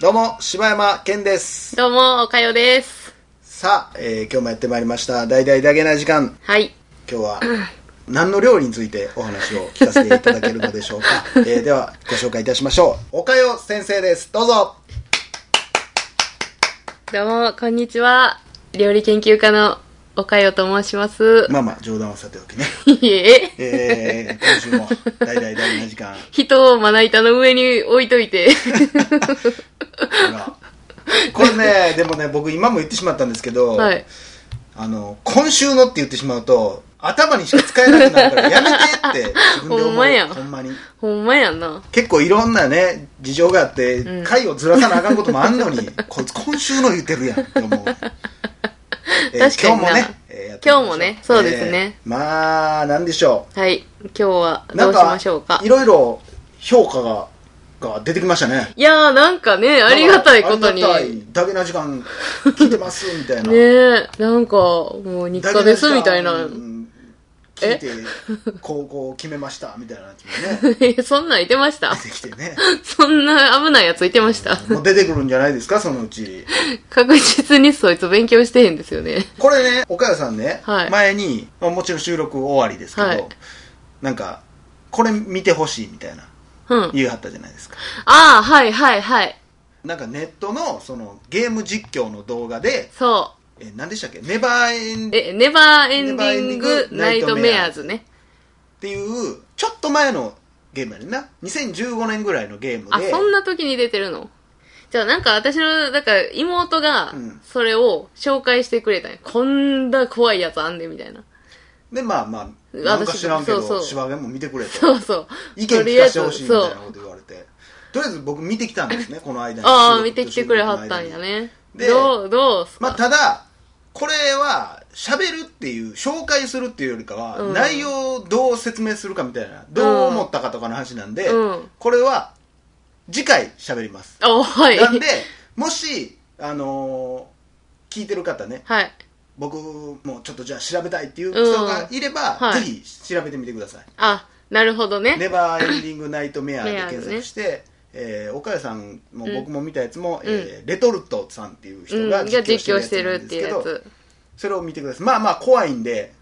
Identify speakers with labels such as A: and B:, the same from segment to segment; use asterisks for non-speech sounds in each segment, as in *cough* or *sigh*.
A: どうも、柴山健です。
B: どうも、おかよです。
A: さあ、えー今日もやってまいりました。大々だけな時間。
B: はい。
A: 今日
B: *clears throat*
A: は、何の料理についてお話を聞かせていただけるのでしょ
B: *laughs*
A: うか。えーでは、ご紹介いたしましょう。おかよ先生です。どうぞ。
B: どうも、こんにちは。料理研究家のおかよと申します。
A: まあまあ、冗談はさておきね。
B: い *laughs* え、
A: えー、今週も、大々だけな時間。
B: 人をまな板の上に置いといて。
A: がこれね、でもね、僕今も言ってしまったんですけど、
B: *laughs* はい。
A: あの、今週のって言ってしまうと、頭にしか使えなくなるからやめてって自分で思う。
B: *laughs* ほんまや
A: ほんまに。
B: ほんまやな。
A: 結構いろんなね、事情があって、
B: うん
A: 回をずらさなあかんこともあんの
B: *laughs*
A: に、こいつ今週の言ってるやんって思う。えー
B: 確かに
A: 今
B: な
A: 日もね、えーやっていきましょ
B: 今日もねそうですね。
A: えーまあ、なんでしょ
B: はい。今日は
A: う。な
B: ど
A: ん
B: うしましょうか。
A: いろいろ評価が、が出てきましたね。
B: いやー、なんかね、ありがたいことに。
A: あ
B: ね
A: りがたいだけな時間聞いてますみたい
B: *laughs*
A: な。
B: え、なんか、もう日課ですみたいな
A: う。ん聞いて、高校決めましたみたいなやつ
B: *laughs*
A: もね、
B: *laughs* え、そんなんいてました *laughs*
A: 出てきてね。
B: そんな危ないやついてました *laughs*
A: もう出てくるんじゃないですか、そのうち。
B: 確実にそいつ勉強してへんですよね。
A: これね、岡谷さんね、
B: はい
A: 前に、まあもちろん収録終わりですけど、
B: はい
A: なんか、これ見てほしいみたいな
B: うん。
A: 言いはったじゃないですか。
B: ああ、はいはいはい。
A: なんかネットの、その、ゲーム実況の動画で、
B: そう。
A: え、何でしたっけネバーエンっ
B: え、ネバーエンディングナイトメアーズね。
A: ていう、ちょっと前のゲームやねんな。2015年ぐらいのゲーム
B: あ、
A: で、
B: そんな時に出てるのじゃあなんか私の、だから妹が
A: うん、
B: それを紹介してくれたんよこんな怖いやつあんで、みたいな。 *laughs*
A: で、まあまあ、なんか知らんけ
B: そうそ
A: ど、
B: う
A: 芝原も見てくれと。
B: そうそう。
A: 意見
B: と
A: 聞
B: りあ
A: か
B: え
A: せて
B: ず
A: ほしいみた
B: そ
A: いな
B: う。
A: こと言われて。とりあえず僕見てきたんですね、この間に
B: ああ、見てきてくれはったんや。ね。
A: で
B: どう、どうすか、
A: まあ、ただ、これは、喋るっていう、紹介するっていうよりかは、
B: うん
A: 内容をどう説明するかみたいな、どう思ったかとかの話なんで、
B: うん
A: これは、次回喋ります。
B: あ、はい。
A: なんで、もし、あのー聞いてる方ね、
B: はい。
A: 僕もちょっとじゃあ調べたいっていう人がいれば、
B: うんはい
A: ぜひ調べてみてくださ
B: *laughs*
A: い。
B: あ、なるほどね。
A: ネバーエンディングナイトメアで検索して、えー岡谷さんも
B: うん
A: 僕も見たやつも、えーレトルトさんっていう
B: う
A: 人
B: ん。
A: が
B: が
A: 実
B: 実
A: 況
B: 況
A: し
B: してて
A: るや
B: る
A: つなんで
B: って
A: す
B: いう
A: け
B: や
A: ど
B: つ。
A: それを見てくださいまあまあ怖いんで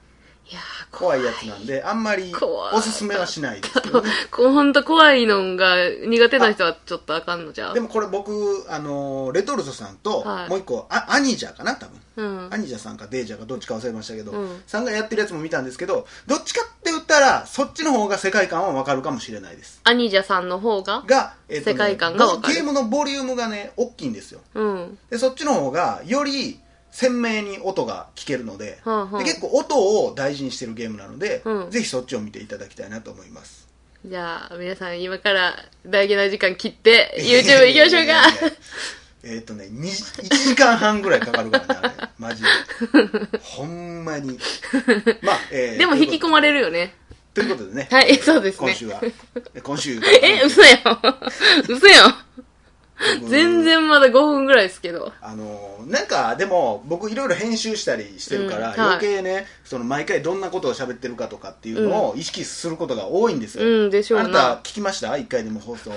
B: いやー、
A: 怖いやつなんであんまり
B: 怖い
A: おすすめはし
B: *laughs*
A: ないですけどね
B: こほんと怖いのが苦手な人はちょっとあかんのじゃ
A: でもこれ僕、あのーレトルトさんと、
B: はい
A: もう一個あアニジャかな多分
B: うん
A: アニジャさんかデージャかどっちか忘れましたけど、
B: うん
A: さんがやってるやつも見たんですけどどっちかって言ったらそっちの方が世界観はわかるかもしれないです
B: アニジャさんの方が
A: が、えっとね
B: 世界観がわかる
A: ゲームのボリュームがね大きいんですよ
B: うん
A: でそっちの方がより鮮明に音が聞けるので,、
B: はあはあ
A: で結構音を大事にしてるゲームなので、
B: うん
A: ぜひそっちを見ていただきたいなと思います
B: じゃあ皆さん今から大事な時間切って YouTube 行きましょう
A: いやいやいや
B: か
A: *laughs* えーっとねに1時間半ぐらいかかるからねあれマジでほんまにまあ、えー
B: *laughs* でも引き込
A: む
B: まれるよね
A: ということでね
B: はいそうですね
A: 今週はえ今週
B: *laughs* え嘘やん嘘やん
A: 僕
B: 全然まだ5分ぐらいですけど
A: あのーなんかでも僕いろいろ編集したりしてるから、
B: うんはい
A: 余計ねその毎回どんなことを喋ってるかとかっていうのを意識することが多いんですよ、
B: うんでしょう
A: あ
B: な
A: なた聞きました一回でも放
B: *laughs*
A: 送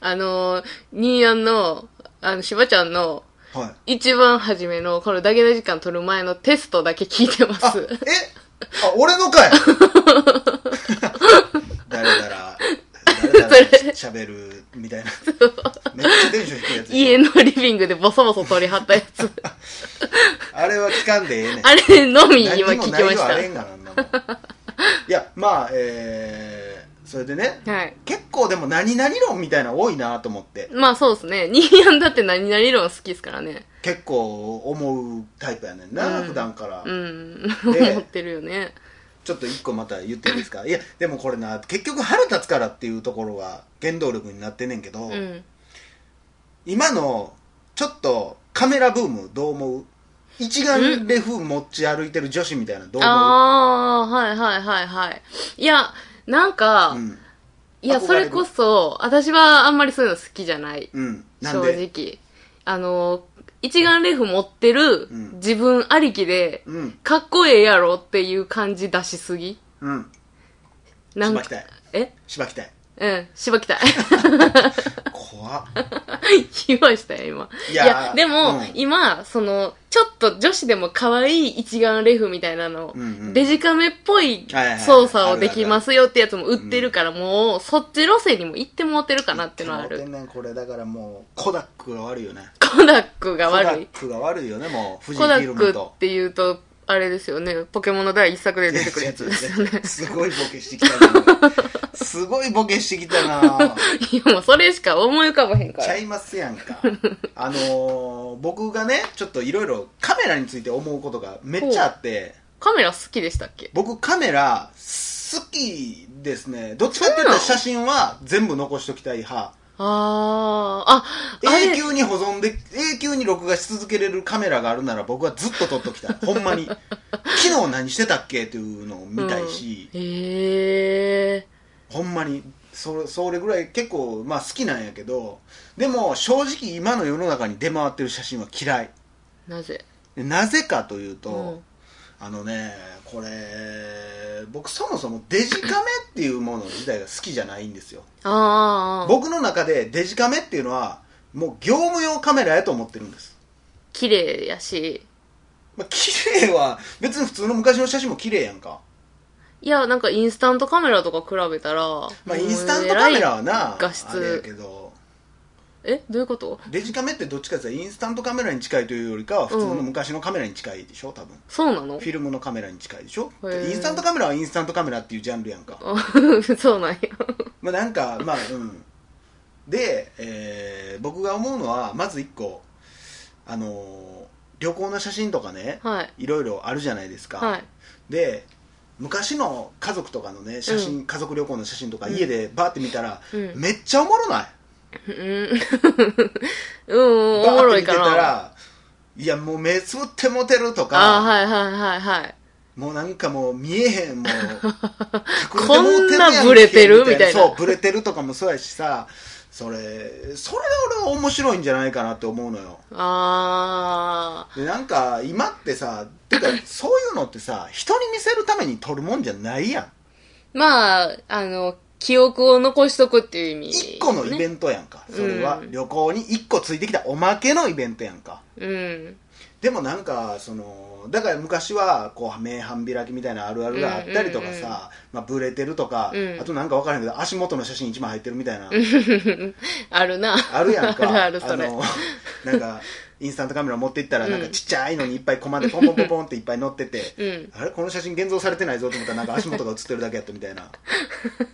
B: あのーニーアンのあのしばちゃんの
A: はい
B: 一番初めのこの大事な時間取る前のテストだけ聞いてま
A: あ
B: す
A: えあ俺のかい *laughs* 誰だら誰だら喋るみたいなめっちゃテンション低いやつでしょ
B: 家のリビングでボソボソ取り張ったや *laughs* つ
A: あれは聞かんでええねん
B: あれのみ
A: 何
B: 今
A: にも
B: 聞きま
A: 内
B: し
A: 容
B: た
A: あれんがなあんなもんいやまあえー、それでね、
B: はい
A: 結構でも何々論みたいなの多いなと思って
B: まあそうですね。ニーヤンだって何々論好きですからね。
A: 結構思うタイプやねんな、
B: うん
A: 普段から、
B: うん。
A: で
B: *laughs* 思ってるよね。
A: ちょっと一個また言っていいですかいやでもこれな結局腹立つからっていうところが原動力になってんねんけど、
B: うん。
A: 今のちょっとカメラブームどう思う一眼レフ持ち歩いてる女子みたいなどう思う
B: ああ、はいはいはいはい。いや、なんか、
A: うん
B: いや、
A: 憧
B: そ
A: れる
B: れこそ、私はあんまりそういうの好きじゃない。
A: うんなん
B: 正
A: で
B: 直。あの、一眼レフ持ってる
A: うん
B: 自分ありきで、
A: うん
B: かっこええやろっていう感じ出しすぎ。
A: うん
B: なん
A: しまき
B: か、
A: たい
B: え
A: しばきたい。
B: うん、しばきたい。 *laughs*
A: 怖っ。
B: 言いましたよ、今。
A: い
B: い
A: や
B: や、でも、
A: うん
B: 今、その、ちょっと女子でも可愛い一眼レフみたいなの、
A: うん
B: *laughs*
A: うん
B: デジカメっぽい
A: はいはいはい
B: 操作をできますよってやつも売ってるから、もう、そっち路線にも行ってもうてるかなってのは
A: 言
B: あ
A: って
B: る。
A: もうてんねんこれだからもう、コダックが悪いよね。
B: コダックが
A: コダ
B: 悪
A: ッ
B: い。
A: クが悪いよね、もう。富士
B: コ
A: フ
B: ダ
A: ィル
B: ッ
A: ム
B: ク
A: と
B: っ。て言うと、あれですよね、ポケモンの第一作で出てくるやつですよね。
A: す *laughs* ごいボケしてきた
B: *laughs*
A: な。すごいボケしてきたな。
B: いや、もうそれしか思い浮かばへんか
A: ちゃ
B: ら。
A: いますやんか。あのー、僕がね、ちょっといろいろカメラについて思うことがめっちゃあって、
B: カメラ好きでしたっけ
A: 僕カメラ好きですね。どっちかっていうと写真は全部残しときたい派。
B: あー、あ、あ
A: 永
B: れ、
A: 久に保存で、永久に録画し続けれるカメラがあるなら僕はずっと撮っときたい。ほんまに。昨日何してたっけっていうのを見たいし、
B: うんへえ
A: ほんまに。それそれぐらい結構まあ好きなんやけどでも正直今の世の中に出回ってる写真は嫌い
B: ー、なぜ
A: でなぜかというと、
B: うん
A: あのねこれ僕そもそもデジカメっていうもの自体が好きじゃないんですよ
B: ああ、
A: 僕の中でデジカメっていうのはもう業務用カメラやと思ってるんです、
B: 綺麗やし。
A: まあ、綺麗は別に普通の昔の写真も綺麗やんか
B: いや、なんかインスタントカメラとか比べたら。
A: ま
B: も
A: あ
B: う
A: インスタントカメラはな
B: えらい画
A: あれやけ
B: 質。
A: ど
B: えどういうこと
A: デジカメってどっちかっていうとインスタントカメラに近いというよりかは普通の昔のカメラに近いでしょ多分
B: そうなの
A: フィルムのカメラに近いでしょ
B: へー
A: インスタントカメラはインスタントカメラっていうジャンルやんか
B: あ *laughs* そうなんや。
A: まあなんかまあうんで、えー僕が思うのはまず一個あのー旅行の写真とかね、
B: はい。
A: い、ろいろあるじゃないですか、
B: はい。
A: で昔の家族とかのね写真、家族旅行の写真とか家でバーって見たら、
B: うん
A: めっちゃおもろない
B: うん。 *laughs* うん、お
A: バ
B: も
A: ーっ
B: ろ
A: て
B: い
A: 見
B: か
A: てた
B: ら。
A: らいやもう目つぶってモテると
B: ああ、
A: か
B: はいはいはいはい。
A: もうなんかもう見えへ
B: *laughs*
A: んもう隠れて
B: こ
A: モテ
B: ん
A: るや
B: なブレてるみたいな
A: そうブレてるとかもそうやしさそれそれ俺は面白いんじゃないかなって思うのよ
B: あ
A: でなんか今ってさてかそういうのってさ人に見せるために撮るもんじゃないやん
B: あ。まあ、あの、記憶を残しとくっていう意味、
A: 一個のイベ
B: ン
A: ントやんかそれは
B: うん
A: 旅行に一個ついてきたおまけのイベントやんか
B: ト。うん。
A: でもなんかそのだから昔はこう名半開きみたいなあるあるがあったりとか
B: うんうんうん
A: さ、まあ、ブレてるとか、
B: うん
A: あとなんか分からへんけど足元の写真一枚入ってるみたいな、
B: あるな。
A: あるやんか
B: *laughs* あるある、それ。
A: の *laughs* なんかインスタントカメラ持っていったらなんかちっちゃいのにいっぱいコマでポンポンポンポンっていっぱい載ってて、
B: うん。
A: あれこの写真現像されてないぞと思ったらなんか足元が写ってるだけやったみた
B: *laughs*
A: いな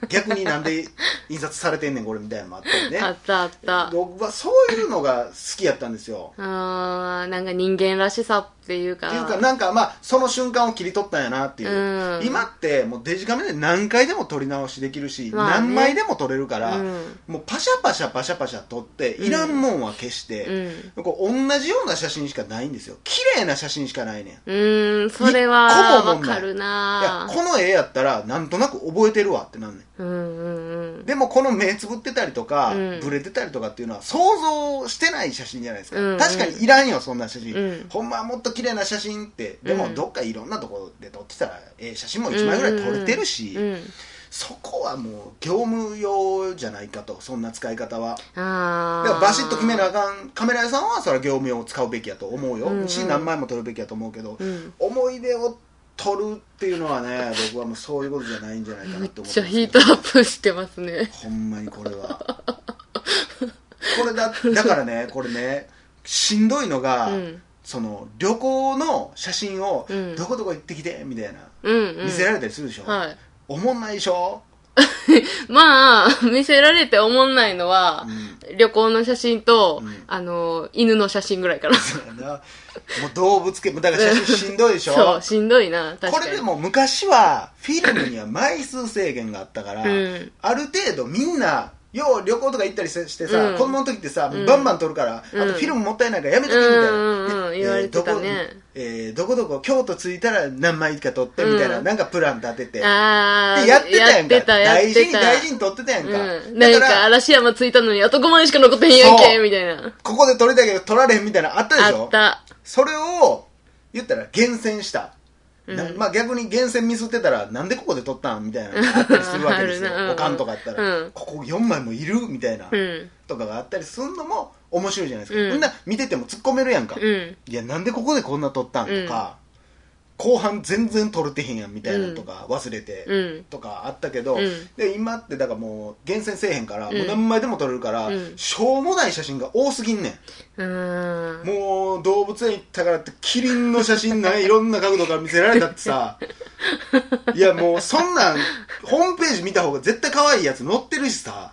A: 逆になんで印刷されてんねんこれみたいなのもあったりね
B: あったあった。
A: 僕はそういうのが好きやったんですよ
B: あーなんか人間らしさっていうか。
A: っていうかなんかまあその瞬間を切り取ったんやなっていう、
B: うん
A: 今ってもうデジカメで何回でも撮り直しできるし、
B: まあね
A: 何枚でも撮れるから、
B: うん
A: もうパシャパシャパシャパシャ撮っていらんもんは消して、
B: う
A: こう同じような写真しかないんですよ綺麗な写真しかないねん
B: ん。うーん、それは
A: 一個も
B: わ
A: 思んない
B: かる
A: いや
B: なぁ
A: この絵やったらなんとなく覚えてるわってなんねん
B: うんうんうん。
A: でもこの目つぶってたりとか、
B: うん
A: ブレてたりとかっていうのは想像してない写真じゃないですか、
B: うんうん
A: 確かにいらんよそんな写真、
B: うん
A: ほんまはもっと綺麗な写真ってで
B: う
A: も
B: ん
A: どっかいろんなとこで撮ってたら、ええ写真も1枚ぐらい撮れてるし、
B: うん。
A: そこはもう業務用じゃないかとそんな使い方は
B: あ
A: だから
B: あ。
A: バシッと決めなあかんカメラ屋さんはそれは業務用を使うべきやと思うよ、
B: うんうん
A: し何枚も撮るべきやと思うけど、
B: うん。
A: 思い出を撮るっていうのはね僕はもうそういうことじゃないんじゃないか
B: め
A: な
B: っ
A: と思っ
B: ち
A: て
B: ゃ
A: ます
B: ヒートアップしてますね。
A: ほんまにこれはこれだだからねこれねしんどいの
B: う
A: が、
B: ん。
A: その旅行の写真を、
B: うん
A: どこどこ行ってきてみたいな
B: うん、うん。
A: 見せられたりするでしょ、
B: はい。
A: おもんないでしょ、
B: まあ、 *laughs* 見せられて思んないのは、
A: うん *laughs*
B: 旅行の写真と、
A: うん
B: あの、犬の写真ぐらいかな。
A: そうやなもう動物系もうだから写真しんどいでしょ
B: そう、しんどいな、確か
A: こ
B: に。
A: れでも昔はフィルムには枚数制限があったから、
B: うん
A: ある程度みんなよう旅行とか行ったりしてしてさ、
B: うん
A: 子供の時ってさ、
B: うん
A: バンバン撮るから、
B: うん
A: あとフィルムもったいないからやめとけみたいな、
B: うんうんうん
A: で
B: 言われてたね
A: えーどこえーどこどこ京都着いたら何枚か撮ってみたいな、
B: うん
A: なんかプラン立てて、
B: ああ。
A: でやってたやんか
B: やってた、や
A: 大
B: っ
A: 事
B: て
A: に
B: た。
A: 大事に撮ってたやんか、
B: うん。な
A: だ
B: ん
A: か
B: から嵐山着いたのにあと5万円しか残ってへんやんけ
A: そう
B: みたいな。
A: ここで撮りたいけど撮られへんみたいなのあったでし
B: あ
A: ょ
B: った。
A: それを言ったら厳選した
B: うん
A: なまあ逆に厳選ミスってたら、なんでここで撮ったんみたいなのがあったりするわけです
B: あるなうん
A: よ。おかんとかあったら、
B: うん
A: ここ4枚もいるみたいな、
B: うん。
A: とかがあったりするのも面白いじゃないですか。
B: うん
A: みんな見てても突っ込めるやんか。
B: うん。
A: いや、なんでここでこんな撮ったんとか、後半全然撮れてへんやんみたいなのとか忘れて、
B: うん。
A: とかあったけど、
B: うん
A: で今ってだからもう厳選せえへんから、
B: うん
A: もう何枚でも撮れるから、
B: うん
A: しょうもない写真が多すぎんねん。
B: うーん。
A: もう動物園行ったからってキリンの写真
B: *laughs*
A: ないいろんな角度から見せられたってさいやもうそんなんホームページ見た方が絶対可愛いやつ載ってるしさ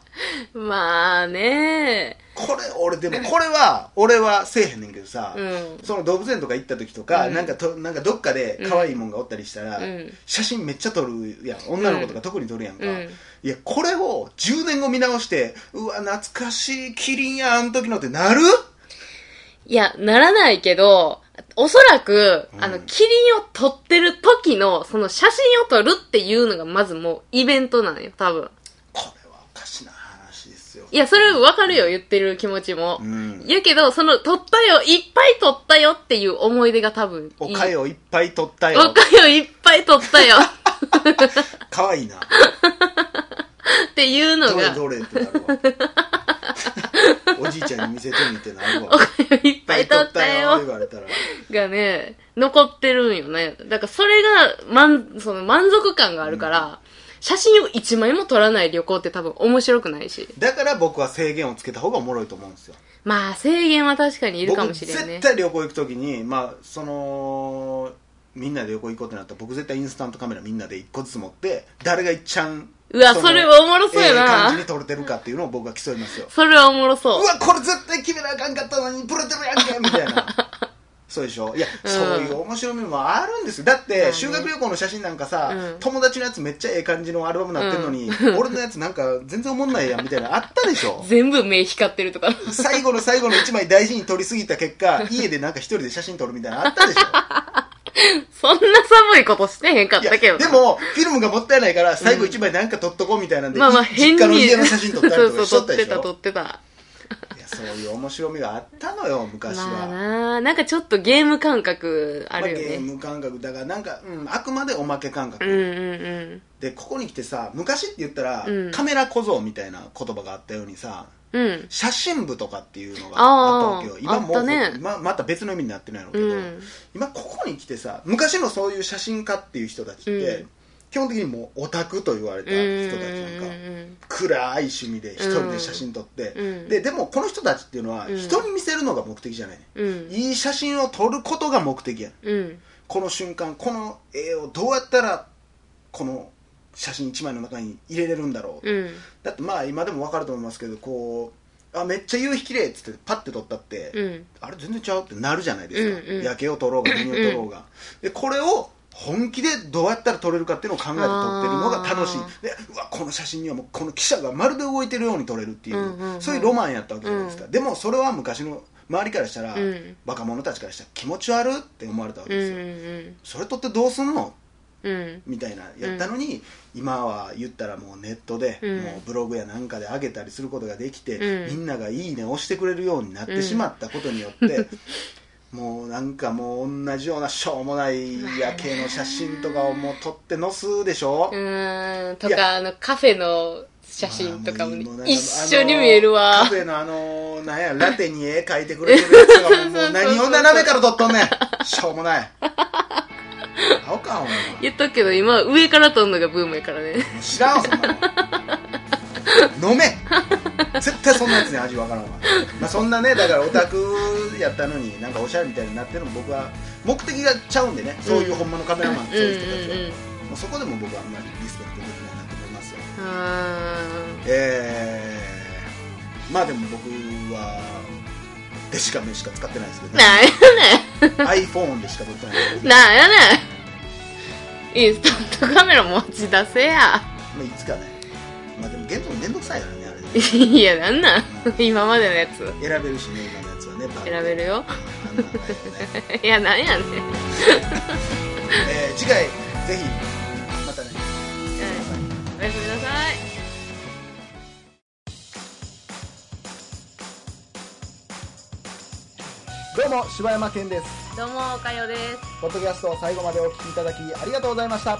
B: まあね
A: これ俺でもこれは俺はせえへんねんけどさ、
B: うん。
A: その動物園とか行った時とか、
B: うん
A: なんかとなんかどっかで可愛いもんがおったりしたら、
B: うん
A: 写真めっちゃ撮るやん女の子とか特に撮るやんか、
B: うん
A: いやこれを10年後見直してうわ懐かしいキリンやあん時のってなる
B: いや、ならないけど、おそらく、
A: うん
B: あの、キリンを撮ってる時の、その写真を撮るっていうのが、まずもうイベントなのよ、多分。
A: これはおかしな話ですよ
B: いや、それわかるよ、言ってる気持ちも
A: う。ん
B: やけど、その、撮ったよ、いっぱい撮ったよっていう思い出が多分いい。
A: おかよいっぱい取った
B: お
A: よ。
B: かよ、いっぱい撮ったよ
A: かわい
B: *laughs*
A: いな。
B: っていうの
A: どれ
B: が、
A: どれってなるわ。おじいちゃんに見せてみてなる
B: *laughs* お
A: わ。いっ
B: かよ、いっぱい撮ったよ
A: 言われたら。
B: がね、残ってるんよね。だからそれが、満、その満足感があるから、写真を一枚も撮らない旅行って多分面白くないし。
A: だから僕は制限をつけた方がおもろいと思うんですよ。
B: まあ制限は確かにいるか
A: 僕
B: もしれんね
A: 絶。対旅行行く時に、まあ、その、みんなで旅行行こうってなったら僕絶対インスタントカメラみんなで一個ずつ持って、誰がいっちゃん。
B: うわ、
A: の
B: それはおもろそうや
A: ええ感
B: な
A: じに。撮れてるかっていうのを僕は競いますよ。
B: それはおもろそうう。
A: わこれ絶対決めなあかんかったのにブレてるやんけみたいなそうでしょいや、
B: うん
A: そういう面白みもあるんですよだっ
B: まあ
A: て
B: ね
A: 修学旅行の写真なんかさ、
B: うん
A: 友達のやつめっちゃええ感じのアルバムになってるのに、俺のやつなんか全然おもんないやんみたいなあったでしょ
B: 全部目光ってるとか。 *laughs*
A: 最後の最後の1枚大事に撮りすぎた結果家でなんか一人で写真撮るみたいなあったでし
B: *laughs*
A: ょ
B: そんな寒いことしてへんかっ
A: いや
B: たけどな。
A: でもフィルムがもったいないから最後1枚なんか撮っとこうみたいなんで、
B: まあまあ
A: 実
B: 変に。
A: 家の家の写真撮ったりと
B: そ
A: か
B: う
A: しと
B: そう、
A: っ
B: 撮
A: た
B: っ
A: で
B: て
A: しょ
B: た撮ってた。
A: いやそういう面白みがあったのよ昔は。
B: まあななんかちょっとゲーム感覚あ
A: まあ
B: るよ
A: ゲー
B: ね。
A: ム感覚だからなんか、うん、あくまでおまけ感覚、
B: うんうん
A: でここに来てさ昔って言ったら、
B: うん
A: カメラ小僧みたいな言葉があったようにさ
B: うん。うん。
A: 写真部とかっていうのがあっ
B: あー
A: たわけよ今も
B: あ
A: う、
B: ったね
A: ままた別の意味になってないのけど、
B: うん。
A: 今ここに来てさ昔のそういう写真家っていう人たちって、
B: うん
A: 基本的にもうオタクと言われた人たちなんか、
B: うん
A: 暗い趣味で一人で写真撮って、
B: うん
A: ででもこの人たちっていうのは
B: うん
A: 人に見せるのが目的じゃない、ね
B: うん
A: いい写真を撮ることが目的やね
B: うん
A: この瞬間この絵をどうやったらこの写真1枚の中に入れれるんだろう、
B: うん
A: だってまあ今でも分かると思いますけどこうあめっちゃ夕日綺麗っつってパッて撮ったって、
B: うん
A: あれ全然ちゃうってなるじゃないですか、
B: うんうん
A: 夜景を撮ろうが何を撮ろうが、でこれを本気でどうやったら撮れるかっていうのを考えて撮ってるのが楽しい
B: あ
A: でうわこの写真にはもうこの記者がまるで動いてるように撮れるっていう、
B: うんうんうん
A: そういうロマンやったわけじゃないですか、でもそれは昔の周りからしたら、
B: うん
A: 若者たちからしたら気持ち悪って思われたわけ
B: うん
A: ですよ、
B: うん
A: それ撮ってどうすんの
B: うん
A: みたいなやったのに、今は言ったらもうネットで、
B: うん
A: もうブログやなんかで上げたりすることができて、
B: うん
A: みんなが「いいね」押してくれるようになってしまったことによって、 *laughs* もうなんかもう同じようなしょうもない夜景の写真とかをもう撮って載すでしょ、
B: うんと
A: いや
B: かあのカフェの写真とかもね
A: まあうなん
B: 一緒に見えるわ
A: カフェのあのなんやラテに絵描いてくれてるやつがもうもう何を斜めから撮っとんねんしょうもない
B: *laughs*
A: 青かお前
B: 言っとくけど今は上から撮るのがブームやからね
A: 知らんわそんなの飲め絶対そんなやつに味わからんわ、まあ、そんなねだからオタクやったのになんかおしゃれみたいになってるの僕は目的がちゃうんでね、そういう本物のカメラマン、
B: うん
A: そういう人たちは、
B: うんうん
A: もうそこでも僕はあんまりリスペクトできないなと思いますよ
B: うん
A: えー、まあでも僕はでしか目しか使ってないですけど、
B: なんや
A: iPhone でしか撮ってないですけ
B: ねん
A: ど、
B: なんやねんインスタントカメラ持ち出せや
A: まあ、いつかねまあでも現像めんどくさいよねあれね
B: *laughs* いやなんなん今までのやつ
A: 選べるしね今のやつはねバッテリー
B: 選べるよ
A: あんなんないよね
B: いやなんやねん
A: えー次回ぜひまたね
B: おやすみなさい
A: ゴどうも柴山健です
B: どうも、おかよです。
A: ポッドキャストを最後までお聞きいただきありがとうございました